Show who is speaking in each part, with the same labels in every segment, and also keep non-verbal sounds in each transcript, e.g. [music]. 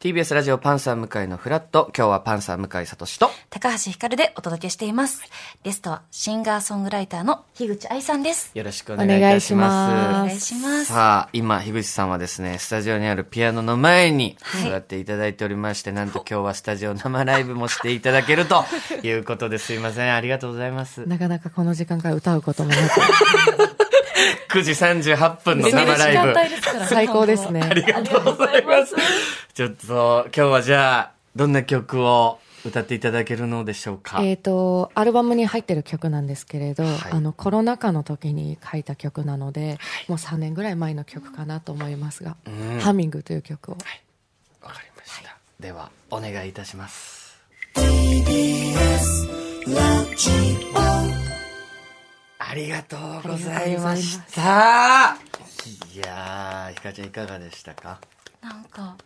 Speaker 1: TBS ラジオパンサー向井のフラット。今日はパンサー向井聡と。
Speaker 2: 高橋ひかるでお届けしています。ゲストはシンガーソングライターの樋口愛さんです。
Speaker 1: よろしくお願いいたします。
Speaker 3: お
Speaker 2: お願いします。
Speaker 1: さあ、今、樋口さんはですね、スタジオにあるピアノの前に
Speaker 2: はい
Speaker 1: 座っていただいておりまして、なんと今日はスタジオ生ライブもしていただけ
Speaker 2: [laughs]
Speaker 1: るということですいません。ありがとうございます。
Speaker 3: なかなかこの時間から歌うこともなく、
Speaker 1: [laughs] 9時38分の生ライブ。
Speaker 2: ですから
Speaker 3: 最高です。ね。
Speaker 1: ありがとうございます。ちょっと、今日はじゃあ、どんな曲を歌っていただけるのでしょうか。
Speaker 3: えっと、アルバムに入ってる曲なんですけれど、
Speaker 1: はい
Speaker 3: あの、コロナ禍の時に書いた曲なので、もう3年ぐらい前の曲かなと思いますが、ハミングという曲を。
Speaker 1: わかりました。では、お願いいたします。ありがとうございました。いやー、ひかちゃんいかがでしたか
Speaker 2: なんか、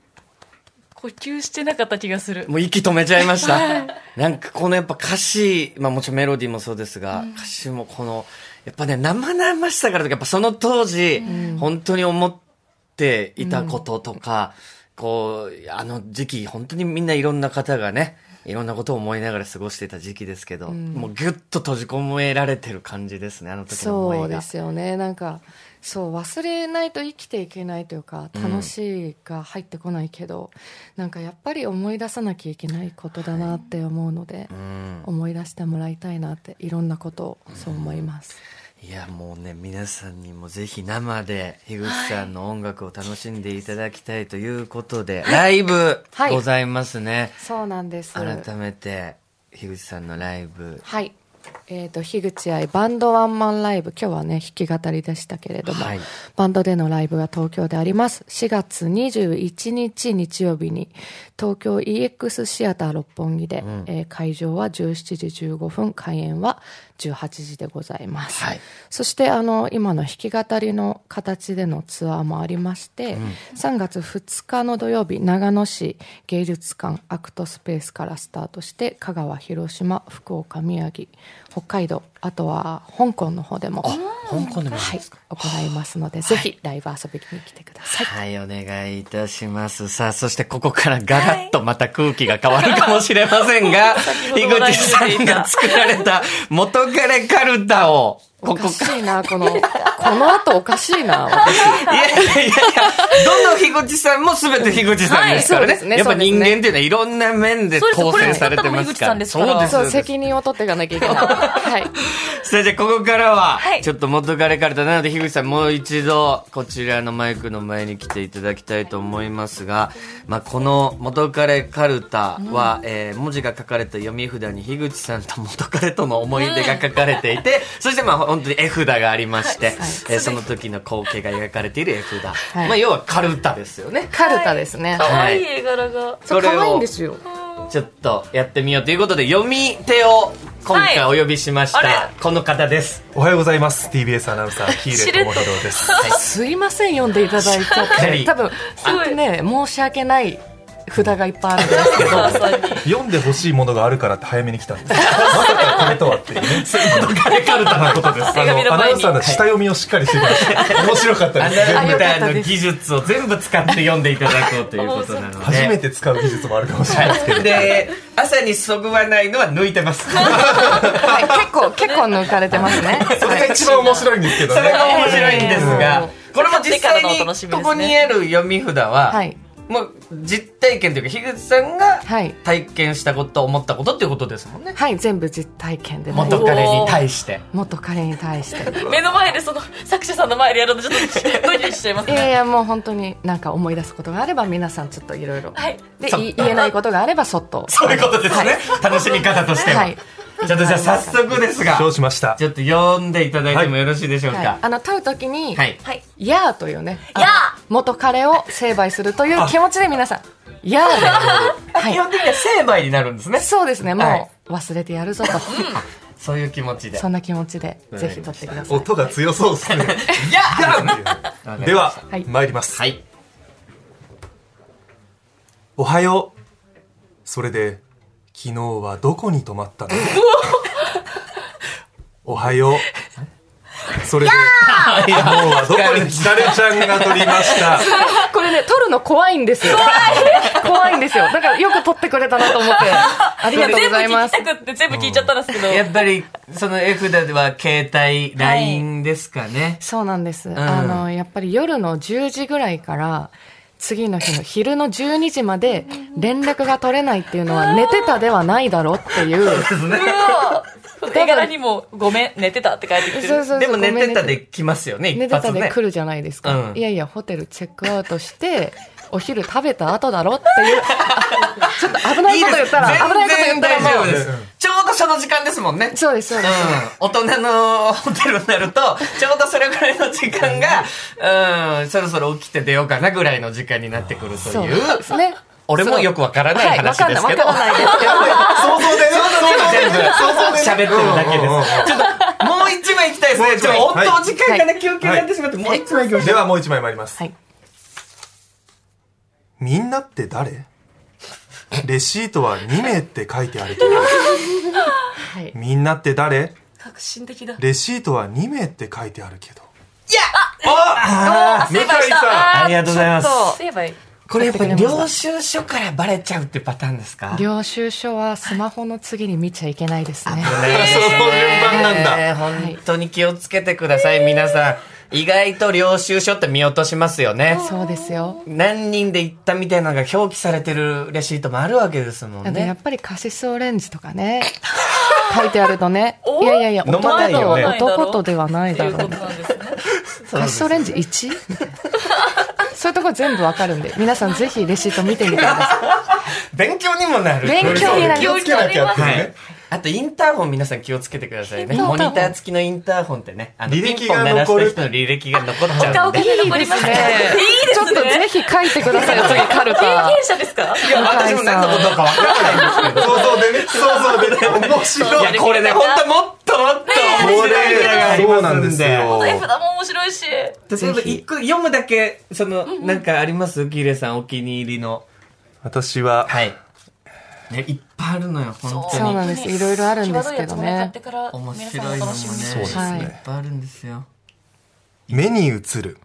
Speaker 2: 呼吸してなかった気がする。
Speaker 1: もう息止めちゃいました。なんかこのやっぱ歌詞、まあもちろんメロディーもそうですが、歌詞もこの、やっぱね、生々しさからとか、やっぱその当時、本当に思っていたこととか、こう、あの時期、本当にみんないろんな方がね、いろんなことを思いながら過ごしてた時期ですけど、もうギュッと閉じ込められてる感じですね、あの時の
Speaker 3: そ
Speaker 1: 思
Speaker 3: う
Speaker 1: いが。
Speaker 3: ですよね。なんか、そう、忘れないと生きていけないというか、楽しいが入ってこないけど、なんかやっぱり思い出さなきゃいけないことだなって思うので、
Speaker 1: うん
Speaker 3: 思い出してもらいたいなって、いろんなことをそう思います。
Speaker 1: いやもうね皆さんにもぜひ生で樋口さんの音楽を楽しんでいただきたいということで、ライブ
Speaker 3: はい
Speaker 1: ございますね、
Speaker 3: そうなんです。
Speaker 1: 改めて樋口さんのライブ
Speaker 3: はい。えっ、と、樋口愛バンドワンマンライブ。今日はね、弾き語りでしたけれども、
Speaker 1: はい
Speaker 3: バンドでのライブが東京であります。4月21日日曜日に、東京 EX シアター六本木で、えー会場は17時15分、開演は18時でございます。
Speaker 1: はい
Speaker 3: そして、あの、今の弾き語りの形でのツアーもありまして、3月2日の土曜日、長野市芸術館アクトスペースからスタートして、香川、広島、福岡、宮城、北海道、あとは香港の方でも、
Speaker 1: 香港でも
Speaker 3: はい、行いますので、ぜひライブ遊びに来てください。
Speaker 1: はい、お願いいたします。さあ、そしてここからガラッとまた空気が変わるかもしれませんが、
Speaker 2: ほ
Speaker 1: 井
Speaker 2: ど
Speaker 1: 口さんが作られた元カレカルタを、こ
Speaker 3: お
Speaker 1: こ
Speaker 3: かしいな、この、この後おかしいな、私。
Speaker 1: いやいやいや、どの樋口さんも全て樋口さんですからね。
Speaker 3: はいそうですね
Speaker 1: やっぱ
Speaker 3: そうです
Speaker 1: 人
Speaker 3: ね
Speaker 1: 間っていうのはいろんな面で構成されて
Speaker 2: そうですこれ
Speaker 1: ますから。
Speaker 2: 作ったのも井口さんですから
Speaker 3: そう、
Speaker 1: です。
Speaker 3: 責任を取っていかなきゃいけない。はい。
Speaker 1: さあじゃあここからは
Speaker 2: は、い
Speaker 1: ちょっと元カレカルタなので樋口さんもう一度こちらのマイクの前に来ていただきたいと思いますが、まあこの元カレカルタは、えー文字が書かれた読み札に樋口さんと元カレとの思い出が書かれていて、 [laughs] そしてまあ本当に絵札がありまして、えーその時の光景が描かれている絵札。
Speaker 3: い
Speaker 1: まあ要はカルタですよね。
Speaker 3: カルタです
Speaker 1: は
Speaker 3: ね。
Speaker 1: い
Speaker 2: 可愛い絵柄が。
Speaker 3: そう、可愛いんですよ。
Speaker 1: ちょっとやってみようということで読み手を今回お呼びしました、
Speaker 2: はいあれ
Speaker 1: この方です
Speaker 4: おはようございます。TBS アナウンサー、喜入智弘です。
Speaker 3: すいません、読んでいただいちゃっ
Speaker 1: はい
Speaker 3: て。多分、
Speaker 2: ごい
Speaker 3: 本当ね、申し訳ない札がいっぱいあるんですけど。
Speaker 4: 読んでほしいものがあるからって早めに来たんです。まさかこれとはっていうね。カレカルタなことです。あ
Speaker 2: 紙の前に
Speaker 4: の、アナウンサーの下読みをしっかりしてきました。面白かった
Speaker 1: ア
Speaker 4: です
Speaker 1: ナウン
Speaker 3: よ
Speaker 1: サ
Speaker 3: かっ
Speaker 1: ー
Speaker 3: た
Speaker 1: の
Speaker 3: です
Speaker 1: 技術を全部使って読んでいただこうということなので
Speaker 4: 初めて使う技術もあるかもしれないですけど。
Speaker 1: で朝にそぐわないのは抜いてます
Speaker 3: [laughs] はい、 [laughs] 結構、結構抜かれてますね。
Speaker 4: それが一番面白いんですけど
Speaker 1: それが
Speaker 4: ね。
Speaker 1: 面白いんですがこれも実際にここにある読み札は、
Speaker 3: はい。
Speaker 1: もう実体験というか樋口さんが
Speaker 3: はい。
Speaker 1: 体験したこと思ったことっていうことですもんね
Speaker 3: はい、全部実体験でね。
Speaker 1: 元彼に対して
Speaker 3: 元彼に対して。
Speaker 2: 目の前でその作者さんの前でやるのちょっとドキドキしちゃいます
Speaker 3: い
Speaker 2: ね。
Speaker 3: やいや、もう本当になんか思い出すことがあれば、皆さんちょっといろいろ。
Speaker 2: はい。
Speaker 3: で、
Speaker 1: そう
Speaker 3: い言えないことがあれば、そっと。
Speaker 1: そういうことですね、楽しみ方としては、
Speaker 3: はい。
Speaker 1: ちょっとじゃあ早速ですが
Speaker 4: どうしました
Speaker 1: ち。ょっと読んでいただいてもよろしいでしょう
Speaker 3: はい
Speaker 1: か。
Speaker 3: あの、問うときに、
Speaker 1: はい。
Speaker 2: はい。
Speaker 3: ヤーというね、
Speaker 2: や
Speaker 3: 元彼を成敗するという気持ちで皆さん、ヤーで。は
Speaker 1: 基本
Speaker 3: い。
Speaker 1: 的には成敗になるんですね。
Speaker 3: そうですね、
Speaker 1: は
Speaker 3: も
Speaker 1: いう
Speaker 3: 忘れてやるぞと。
Speaker 1: そういう気持ちで。
Speaker 3: そんな気持ちで、
Speaker 1: わかりました
Speaker 3: ぜひ撮ってください。
Speaker 4: 音が強そうですね。では、
Speaker 3: はい
Speaker 4: 参ります。
Speaker 1: はい。
Speaker 4: おはよう。それで、昨日はどこに泊ま
Speaker 1: [laughs]
Speaker 4: ったのおはよう。それで、昨日はどこにひかるちゃんが撮りました。
Speaker 3: これね、撮るの怖いんですよ。怖いんですよ。だからよく撮ってくれたなと思って、ありがとうご
Speaker 5: 全部
Speaker 3: ざい
Speaker 5: 聞
Speaker 3: ま
Speaker 5: き
Speaker 3: す
Speaker 5: た。くって全部聞いちゃったんですけど。
Speaker 1: やっぱり、その絵札は携帯、LINE ですかね。
Speaker 3: そうなんです、あのやっぱり夜の10時ぐらいから次の日の昼の12時まで連絡が取れないっていうのは寝てたではないだろうって
Speaker 1: [laughs]
Speaker 3: いう
Speaker 5: うわ絵柄にも、ごめん、寝てたって書いてきて
Speaker 3: そう
Speaker 5: る。
Speaker 3: そう
Speaker 1: でも寝てた
Speaker 3: ごめん
Speaker 1: で来ますよね、
Speaker 3: 寝
Speaker 1: 一
Speaker 3: てた
Speaker 1: 発
Speaker 3: で
Speaker 1: ね。
Speaker 3: 来るじゃないですか、
Speaker 1: うん
Speaker 3: いやいやホテルチェックアウトしてお昼食べた後だろっていう [laughs] あちょっと危ないこと言ったら危ないこと言
Speaker 1: 全然
Speaker 3: ったら
Speaker 1: 大丈
Speaker 3: も
Speaker 1: 夫
Speaker 3: う
Speaker 1: です。ちょうどその時間ですもんね。
Speaker 3: そうですそうです、
Speaker 1: うん、大人のホテルになると、ちょうどそれぐらいの時間が、うん、そろそろ起きて出ようかなぐらいの時間になってくると
Speaker 3: そう
Speaker 1: いう、
Speaker 3: ですね
Speaker 1: 俺もよくわからない話ですけど、
Speaker 3: はいわかんないわかんないですけど
Speaker 4: 想像でね。
Speaker 1: 全部
Speaker 4: 想像
Speaker 1: 喋って
Speaker 4: で
Speaker 1: るだけです。
Speaker 4: す。
Speaker 1: ちょっと、もう一枚いきたいですね。ちょっと、
Speaker 4: もう一枚
Speaker 1: お時間がね、
Speaker 3: は
Speaker 1: 休憩になってしまって、もう一枚いきましょう
Speaker 4: ではもう一枚参ります。
Speaker 3: はい
Speaker 4: みんなって誰レシートは2名って書いてあるけど。
Speaker 3: はい
Speaker 4: みんなって誰
Speaker 5: 革新的だ。
Speaker 4: レシートは2名って書いてあるけど。
Speaker 5: あ、
Speaker 4: 向
Speaker 5: 成
Speaker 4: 井
Speaker 5: 敗した。
Speaker 4: さ
Speaker 1: んありがとうございます
Speaker 5: ちょっと成敗。
Speaker 1: これやっぱり領収書からバレちゃうってパターンですか
Speaker 3: 領収書はスマホの次に見ちゃいけないですね
Speaker 1: そういう
Speaker 4: 順番なんだ
Speaker 1: 本当に気をつけてください、皆さん。意外と領収書って見落としますよね。
Speaker 3: そうですよ
Speaker 1: 何人で行ったみたいなのが表記されてるレシートもあるわけですも
Speaker 3: あ
Speaker 1: ん
Speaker 3: とやっ
Speaker 1: ね。
Speaker 3: ぱりカシスオレンジとかね書いてあるとね
Speaker 5: お
Speaker 3: いやいやいや
Speaker 1: 飲
Speaker 3: 男
Speaker 1: まない
Speaker 3: と
Speaker 1: よね
Speaker 3: 男とではない
Speaker 5: って
Speaker 3: だ
Speaker 5: いうこ
Speaker 3: ろ
Speaker 5: と
Speaker 3: うね
Speaker 5: なんですね。
Speaker 1: そう
Speaker 3: カ
Speaker 1: で
Speaker 3: シ
Speaker 1: す
Speaker 3: スオレンジ 1? [laughs] そういうとこ全部わかるんで皆さんぜひレシート見てみてくださ
Speaker 1: 勉強にもなる。
Speaker 3: い勉強になり
Speaker 4: 気
Speaker 3: ま
Speaker 4: を
Speaker 3: す
Speaker 4: つけなきゃっていう
Speaker 1: は
Speaker 4: ね
Speaker 1: い。。あと、インターホン皆さん気をつけてくださいね。
Speaker 3: インターホ
Speaker 1: モ
Speaker 3: ン
Speaker 1: ニター付きのインターホンってね、あの、
Speaker 4: 履
Speaker 1: ピン
Speaker 4: 歴
Speaker 1: ポン
Speaker 4: が
Speaker 1: 鳴らし
Speaker 4: 残る
Speaker 1: た人の履歴が残っちゃう
Speaker 5: 顔
Speaker 1: んで
Speaker 5: が。残りましたね。いいです
Speaker 3: ちょっと
Speaker 5: ね。
Speaker 3: ぜひ書いてくださいよ次カル
Speaker 5: 経
Speaker 3: タ
Speaker 5: 営者ですか
Speaker 1: いや、私も何のことかわからないんですけど。
Speaker 4: 想像でね。想像でね。面
Speaker 1: い
Speaker 4: 白い。
Speaker 1: や、これね、ほんともっともっと面白いのがあり
Speaker 4: そ
Speaker 1: ま
Speaker 4: うな
Speaker 1: す
Speaker 4: ん
Speaker 1: んで。
Speaker 4: ですよ。
Speaker 5: 絵札も面白いし。
Speaker 1: 例えば、一個読むだけ、その、なんかありますキレさんお気に入りの。
Speaker 4: 私は、
Speaker 1: い。ね、いっぱいあるのよ、本
Speaker 3: そう
Speaker 1: 当
Speaker 3: な
Speaker 1: に。
Speaker 3: んですいろいろあるんですけ
Speaker 5: 際どいやつ
Speaker 3: ど
Speaker 5: も買っ
Speaker 3: ね
Speaker 5: てから皆さん
Speaker 1: 面白い
Speaker 5: お
Speaker 1: のも
Speaker 5: 楽
Speaker 1: ね、
Speaker 5: しみに
Speaker 4: そうですね
Speaker 1: いっぱいあるんですよ。
Speaker 4: 目に映る。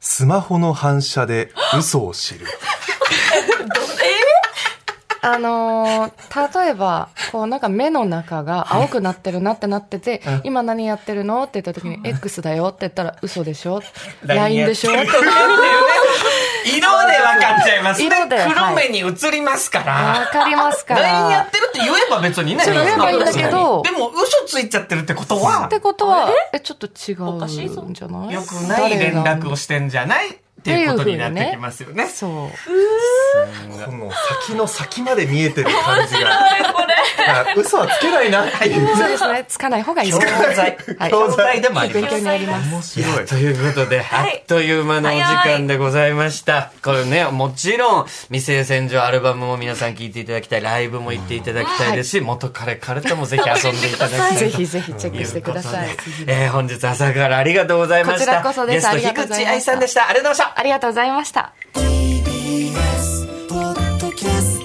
Speaker 4: スマホの反射で嘘を知る。
Speaker 3: あのー例えばこうなんか目の中が青くなってるなってなってて「今何やってるの?」って言った時に「X だよ」って言ったら「嘘でしょ?」「LINE でしょ?」
Speaker 1: 色で分かっちゃいますね。
Speaker 3: 色ではい
Speaker 1: 黒目に映りますから。
Speaker 3: わかりますから
Speaker 1: LINE やってるって言えば別にね。
Speaker 3: そう言えばいいんだけど
Speaker 1: でも嘘ついちゃってるってことは
Speaker 3: っ、てことは、え、ちょっと違
Speaker 5: かしいぞ
Speaker 3: うんじゃない
Speaker 1: 良くない連絡をしてんじゃないっていうことになってきますよね。
Speaker 3: そ
Speaker 4: この先の先まで見えてる感じが。だから [laughs] 嘘はつけないなっていう。
Speaker 3: う。そうですね。つかない方がいい。
Speaker 1: 教材。
Speaker 3: はい
Speaker 1: 教材でもあり
Speaker 3: 勉
Speaker 1: ます
Speaker 3: 強。になります。
Speaker 4: 面白い。
Speaker 1: ということで、
Speaker 5: い
Speaker 1: あっという間のお時間でございました。これね、もちろん、未成戦場アルバムも皆さん聴いていただきたい、ライブも行っていただきたいですし、元彼彼ともぜひ遊んでいただきたいと
Speaker 3: ぜひぜひチェックしてください
Speaker 1: とう。ことでえー本日朝からありがとうございました。
Speaker 3: こちらこそで
Speaker 1: ゲ
Speaker 3: す
Speaker 1: ス
Speaker 3: あり
Speaker 1: ト、
Speaker 3: がと
Speaker 1: 樋
Speaker 3: うござ
Speaker 1: 口
Speaker 3: いまし
Speaker 1: 愛
Speaker 3: た
Speaker 1: さんでした。ありがとうございました。
Speaker 3: ありがとうございました。
Speaker 6: TBS ポッドキャスト